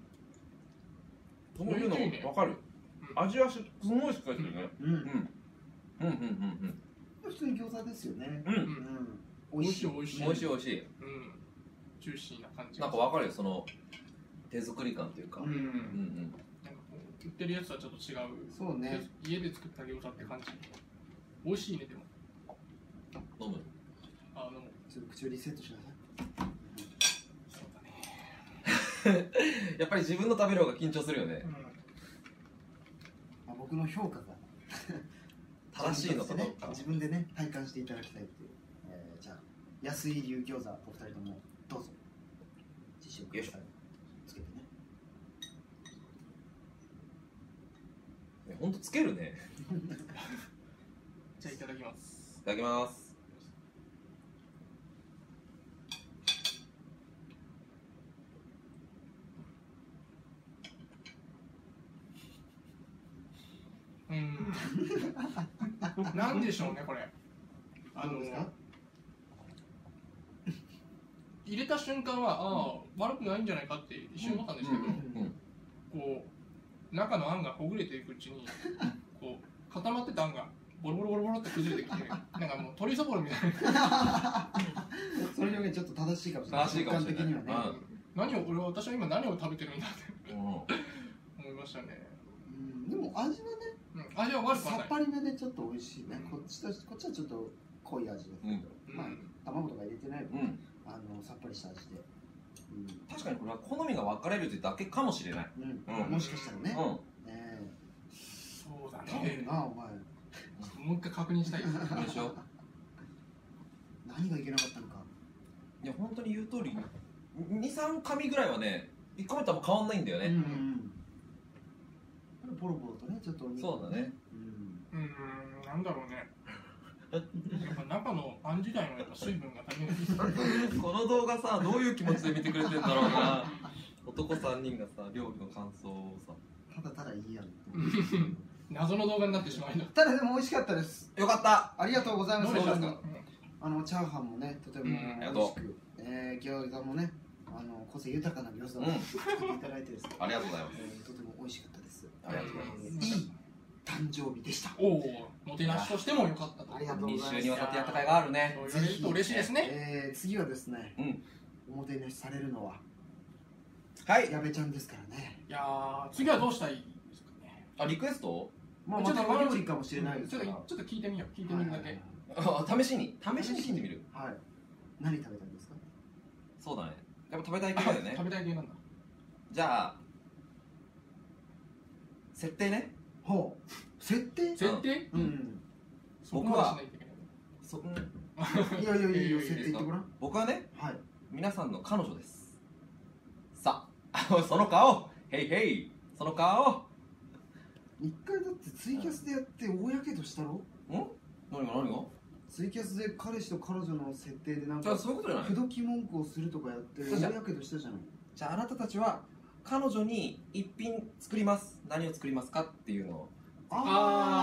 C: こういうの
A: 美味しいね
C: わかる
A: うん
C: 味はしすごいしっかりしてるね
B: うん、
C: うんうんうん
B: 普通に餃子ですよね。
C: うんう
A: うん
B: うんん、
A: 美味しい美味しい
C: 美味しい美味し
A: うんジューシーな感じ
C: いなんかわかるよその手作り感というか
B: う
C: うん
A: うん
C: うんん
A: なんかこう売ってるやつとはちょっと違う
B: そうね。
A: で家で作った餃子って感じ美味しいねでも
C: 飲む
A: あの
B: ちょっと口をリセットしなさい。
A: そうだね
C: やっぱり自分の食べる方が緊張するよね
A: う
B: まあ、僕の評価が
C: 正しいのかどうか
B: 自分でね体感していただきたいっていう、えーじゃあ安井流餃子お二人ともどうぞ自信をくださいつけてね
C: ねほんとつけるね
A: んじゃあいただきます
C: いただきます
A: ううん。なんでしょうね、これ。あ
B: どう
A: の
B: ですか、
A: 入れた瞬間は、ああ、悪くないんじゃないかって一瞬思ったんですけど、こう、中のあんがほぐれていくうちに、こう、固まってたあんが、ボロボロボロボロって崩れてきて、なんかもう鳥そぼろみたいな。
B: その表現ちょっと正しいかもしれない
C: 正しいかもしれない
B: 直感的にはね
C: うん
A: 何を、俺は、私は今何を食べてるんだって
C: う
A: 思いましたね。
B: うんでも味のね
A: うん、味は悪くは
B: さ
A: な
B: っ
A: い。
B: ぱりめでちょっと美味しいね、
C: うん
B: こっちとこっちはちょっと濃い味だけど、
A: うん
B: まあ卵とか入れてない分、
C: んうん
B: あのさっぱりした味で、
C: 確かにこれは好みが分かれるというだけかもしれない。
B: うんうん
C: うん
B: もしかしたらね、
C: うん。
B: ね
A: そうだ
B: え頼
A: ね
B: む。なお前
A: もう一回確認したいです。
C: でしょ。
B: 何がいけなかったのか
C: いや本当に言う通り、二三紙ぐらいはね、一個目とあんま変わんないんだよ
B: うんう
C: ね。
B: んうんボロボロとねちょっとお肉
C: そうだね。
B: うん
A: うーん、なんだろうね。やっぱ中のあん自体のやっぱ水分が足りない。
C: この動画さ、どういう気持ちで見てくれてんだろうな。男三人がさ、料理の感想をさ。
B: ただただいいやんって
A: うん謎の動画になってしまいな。
B: ただでも美味しかったです
C: よかった。
B: ありがとうございま
A: ど
B: す
A: うでした
B: 本当
A: か
B: に。あのチャーハンもねとても
A: うん
B: 美味しく、えー、餃子もねあの個性豊かな餃子を
C: うん
B: 作っていただいてですね、
C: ありがとうございます。
B: えーとても美味しかったです
C: ありがとうございま
A: う
C: す。
A: ん
B: いい誕生日でした
A: おお、もてなしとしても良かったと。
B: ありがとうご
C: 二
B: ざいま
C: 週
B: す
C: にわたってやった甲斐があるね。
A: そう言われると嬉しいですね。
B: えー、次はですね、
C: うん
B: おもてなしされるのは
C: はい。
B: 矢部ちゃんですからね
A: いやー、次はどうしたらいいですかね。
C: あ、リクエスト
B: まあ
A: ちょ
B: ま
A: っと
B: たお料理かもし
A: ち
B: れ
A: ょ
B: ない
A: っ
B: です
A: と
B: から
A: ちょっと聞いてみよう。聞いてみるだけ。
C: あ試しに。試しに聞いてみる。
B: はい何食べたんですか
C: そうだね。やっぱ食べたい系
A: あ
C: だよね
A: 食。べたい系なんだ。
C: じゃあ、設定ね。
B: ほう設定
A: 設定？
B: うん、
A: そこまでしないといけない。
C: そうん
B: いやいやいやいや
A: いいよいいよ
B: 設定言ってごらん
C: 僕はね、
B: はい
C: 皆さんの彼女です。さあ、 その顔ヘイヘイその顔
B: 一回だってツイキャスでやって大やけどしたろ
C: 何が何が
B: ツイキャスで彼氏と彼女の設定でなん
C: じゃあ
B: か
C: そういうことじゃない
B: 口説き文句をするとかやって
C: そうじゃん
B: 大やけどしたじゃない
C: じゃああなたたちは彼女に一品作ります何を作りますかっていうのを
A: あ
B: ー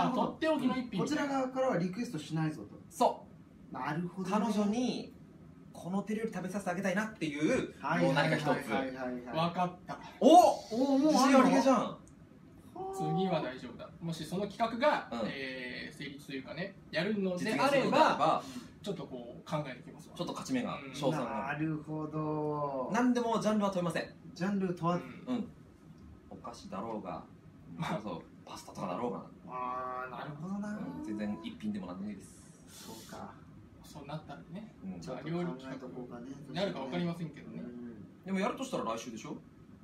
A: あ、
B: な
A: と
B: るほ
A: っておきの一
B: ど
A: 品。
B: こちら側からはリクエストしないぞと
C: そ
B: なるほ
C: う
B: どね
C: 彼女にこの手料理食べさせてあげたいなっていう
B: はい
C: もう何か一つ
B: はいはいはいはい
A: わかった。
C: お
B: おおもう
C: 自
B: ある
C: 信
B: の
C: ありげじゃん
A: 次は大丈夫だもしその企画が、
C: うん
A: えー成立というかねやるので
C: 実現
A: あ
C: する
A: れ
C: のであれ
A: ば
C: ば
A: ちょっとこう考えていきますわ
C: ちょっと勝ち目が
A: うん
C: 賞賛
B: な
C: が
B: るほど
C: 何でもジャンルは問いません
B: ジャンル問わ
A: う
B: ず
A: ん
C: お菓子だろうがそうそうパスタとかだろうが
B: あーなるほどな
C: うん全然一品でも何でもいいです
B: そうか
A: そうなったらね
C: うん
B: ちょっと考えとこうかね
A: なるか分かりませんけど
B: す
A: ね、
C: でもやるとしたら来週でしょ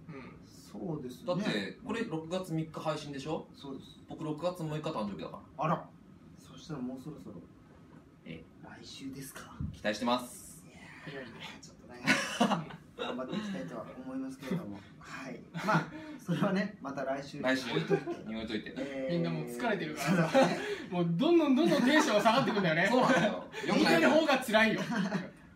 A: うん、
B: そうですね
C: だってこれ6月3日配信でしょ
B: そうです
C: 僕6月6日誕生日だから
B: あらそしたらもうそろそろ
C: え
B: 来週ですか
C: 期待してます
A: 早いね
B: ちょっとね頑張っていきたいとは思いますけれどもはいまあそれはねまた来週
C: 来週
B: 置いといて
C: 匂いとい て
B: えー
A: みんなもう疲れてるから
B: そうだね
A: もうどんどんどんどんテンションが下がってくんだよね
C: そうなんだよよく
A: エンデ
C: な
A: ィン
C: い
A: グの方が辛いよ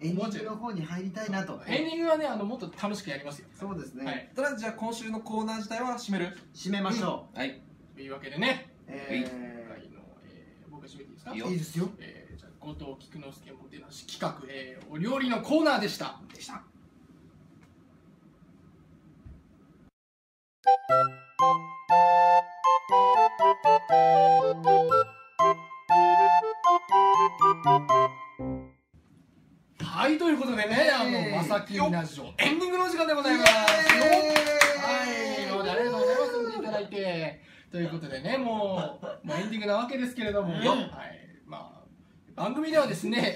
B: エンディングの方に入りたいなと
A: エンディングはねあのもっと楽しくやりますよ
B: そうですね、
A: はい
C: とりあえずじゃあ今週のコーナー自体は締める
B: 締めましょ
C: はい
A: というわけでね
B: う、え
A: 今回の、えー僕が締めていいですか
C: いいよ
B: ー、いいですよ
A: えーじゃあ後藤菊之助もてなし企画、えーお料理のコーナーでした
C: でした
A: はいということでね、あの
B: えー
A: まさきラジオエンディングのお時間でございます。はい、今までありがとうございます。見ていただいてということでね、もうもうエンディングなわけですけれども、
B: うん
A: はい、まあ番組ではです ね、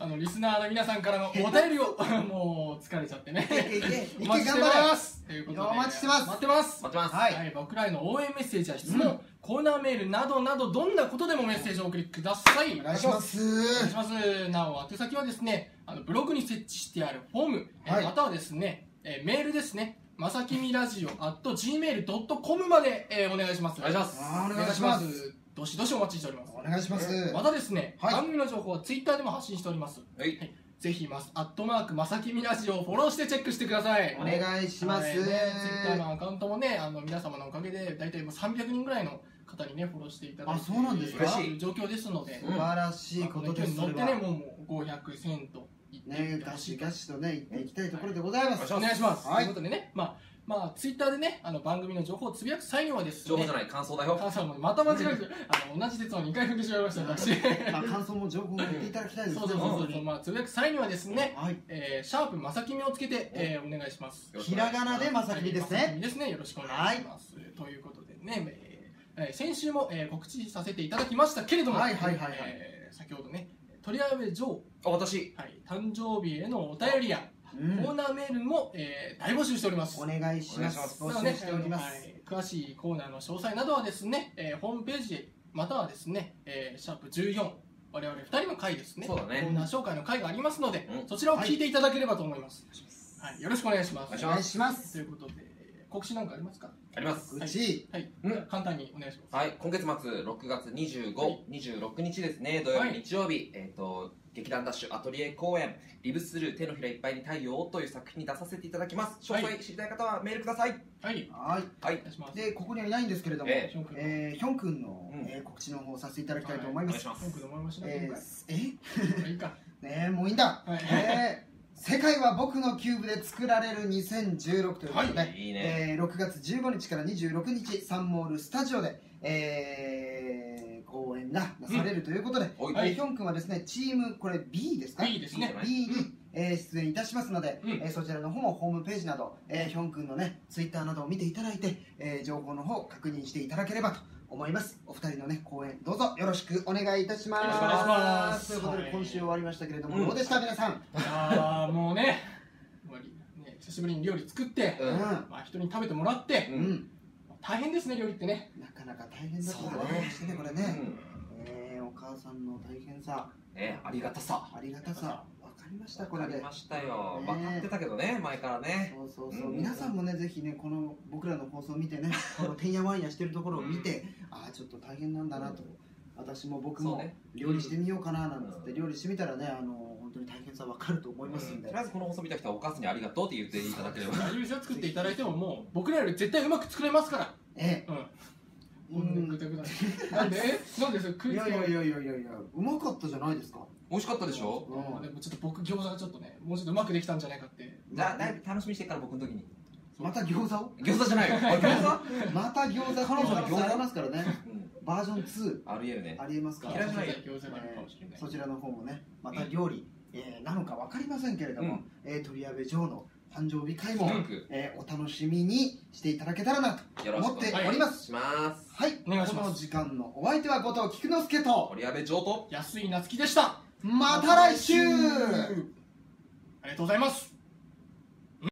A: あのリスナーの皆さんからのお便りを もう疲れちゃってね、
B: いけいけいけ
A: お待ちしてます。ということで、
B: お待ちしてます
A: 待ってます。
C: 待ってます
A: はい、僕らへの応援メッセージや質問、コーナーメールなどなどどんなことでもメッセージをお送りください。
B: お願いしま
A: お願い
B: す
A: します。なお、宛先はですね、あのブログに設置してあるフォーム、えー
B: はい
A: またはですね、えーメールですね、まさきみラジオ at gmail.com まで、えーお願いします。
C: お願いします
B: あーお願いします
A: お願いします。どしどしお待ちしております。
B: お願いします
A: またですね、
B: はい
A: 番組の情報はツイッターでも発信しております。
C: はい
A: ぜひます、アットマーク、まさきみなしをフォローしてチェックしてください。
B: お願いします。
A: ツイッターのアカウントもね、あの皆様のおかげで、大体もう300人ぐらいの方にね、フォローしていただいて
B: あそうなんです
C: か
A: という状況ですので、
B: 素晴らしいことです。
A: まあ
B: そ
A: この勢いに乗
B: れ
A: ってね、も
B: は
A: うもう500、1000といってい
B: ね
A: って
B: ガ
A: ほし
B: シ
A: い
B: ガシとね、行っていきたいところでございます。
A: お願いします。
B: はい
A: ということでね、まあ、まあ、ツイッターでね、あの番組の情報をつぶやく際にはですね、
E: 情報じゃない感想だよ
A: 母さんもまた間違え て、あの同じ説を2回振ってしまいました、私。
B: まあ、感想も情報も言っていただきたいですね。
A: そうそうそ
B: 本
A: う
B: 当
A: そう、
B: に
A: まあ、つぶやく際にはですね、
B: はい。
A: えー、シャープまさきみをつけて、えーお願いします。
B: ひらがなでまさきりです
A: はいまさき
B: ね。
A: みですね。よろしくお願いします。ということでね、えーえー先週も、えー告知させていただきましたけれども、
B: はいはいはいはい
A: えー先ほどね、とりあえず、ジョー、
E: あ私
A: はい、誕生日へのお便りや、
B: うん
A: コーナーメールも、えー大募集しております。
B: お願いします。
A: な
B: 募
A: ので
B: 集しております。
A: あのはい詳しいコーナーの詳細などはですね、えーホームページまたはですね、えーシャープ14我々2人の回ですね
E: そうだね
A: コーナー紹介の回がありますので、
E: うん
A: そちらを聞いていただければと思います、はいよろしくお願いします
E: お願いし
B: お
E: ま
B: 願いします。
A: ということで告知なんかありますか
E: あります
B: うち、
A: はい、
E: うん
A: 簡単にお願いします、
E: はい今月末6月2526、
A: はい
E: 26日ですね土曜日、
A: はい
E: 日曜日えっ、と劇団ダッシュアトリエ公演「リブスルー手のひらいっぱいに太陽を」という作品に出させていただきます詳
A: は
E: 細知りたい方はメールください
A: はい
B: はい。
E: はい、
A: お願いします
B: で、ここにはいないんですけれども、
E: え
A: ション君の
B: えー、ヒョン君の、
E: うん
B: えー告知の方をさせていただきたいと思い
E: お願
B: ま
E: い
B: す。
E: しま
A: ショ
E: す
A: ン君の思いましたね
B: え
A: 今
B: ー、え
A: 回いいか
B: ねえもういいんだ、
A: はい
B: えー世界は僕のキューブで作られる2016ということで、
E: はいいいね
B: えー6月15日から26日サンモールスタジオで、えー公演がなされるということで、
E: おい、
A: はい
B: えーヒョン君はですねチームこれ B ですか
A: B ですね
B: B に、えー出演いたしますので、
A: うん
B: えーそちらの方もホームページなど、えーヒョン君のねツイッターなどを見ていただいて、えー情報の方確認していただければと思いますお二人のね公演どうぞよろしくお願いいたします
A: よろしくお願いします
B: ということで今週終わりましたけれども、
E: うん
B: どうでした皆さん、
A: あーもうね終わりね久しぶりに料理作って、
E: うん
A: まあ、人に食べてもらって、
E: う
B: うん
E: ん
A: 大変ですね料理ってね
B: なかなか大変だった
E: そう
B: こ
E: だね
B: としてねこれ
E: う
B: ね、
E: ん
B: えーお母さんの大変さ
E: ねありがたさ
B: ありがたさわかりましたこ
E: わ
B: れ
E: かり
B: で
E: ましたよ
B: ね
E: 分かってたけどね前からね
B: そうそうそう、
E: うん
B: 皆さんもねぜひねこの僕らの放送を見 てねこのてんやわんやしてるところを見て、ああちょっと大変なんだなと、
E: う
B: 私も僕
E: そう
B: も
E: ね
B: 料理してみようかななんつって、
E: うん
B: 料理してみたらねあの本当に大変さわかると思います
E: うんん
B: で、
E: とりあえずこの放送見た人はお母さんにありがとうって言っていただければ
A: 大丈夫ですよ作っていただいてももう僕らより絶対うまく作れますから
B: ええ
A: うん
B: う
A: こん
B: ん
A: なぐだぐだなんでえなんでそれ食
B: い
A: いつ
B: や
A: け
B: いや
A: ない
B: いやいやいやいやうまかったじゃないですか
E: 美味しかったでしょ
A: まあでもちょっと僕餃子がちょっとねもうちょっとうまくできたんじゃないかって
E: じゃあだいぶ楽しみにしてっから僕の時に
B: また餃子を
E: 餃子じゃないよあ餃子
B: また餃子
E: 彼女の餃子
B: 可能性ありますからね
E: うん
B: バージョン
E: ありえるね
B: 2ありえますから
E: 嫌いじゃないよ
A: 餃子があるかもしれない
B: そちらの方もねまた料理、えーなのか分かりませんけれども、
E: う
B: えー、鳥矢部城の誕生日会
E: う
B: も、
E: ん
B: えーお楽しみにしていただけたらなと
E: よろしく
B: 思
E: お
B: って
E: 願
B: おりま
E: い
B: す
E: します
B: はい、
A: お願いし
B: こ
A: ます
B: の時間のお相手は後藤菊之助と
E: 堀安部上等
A: 安井夏樹でした
B: また来週
A: ありがとうございます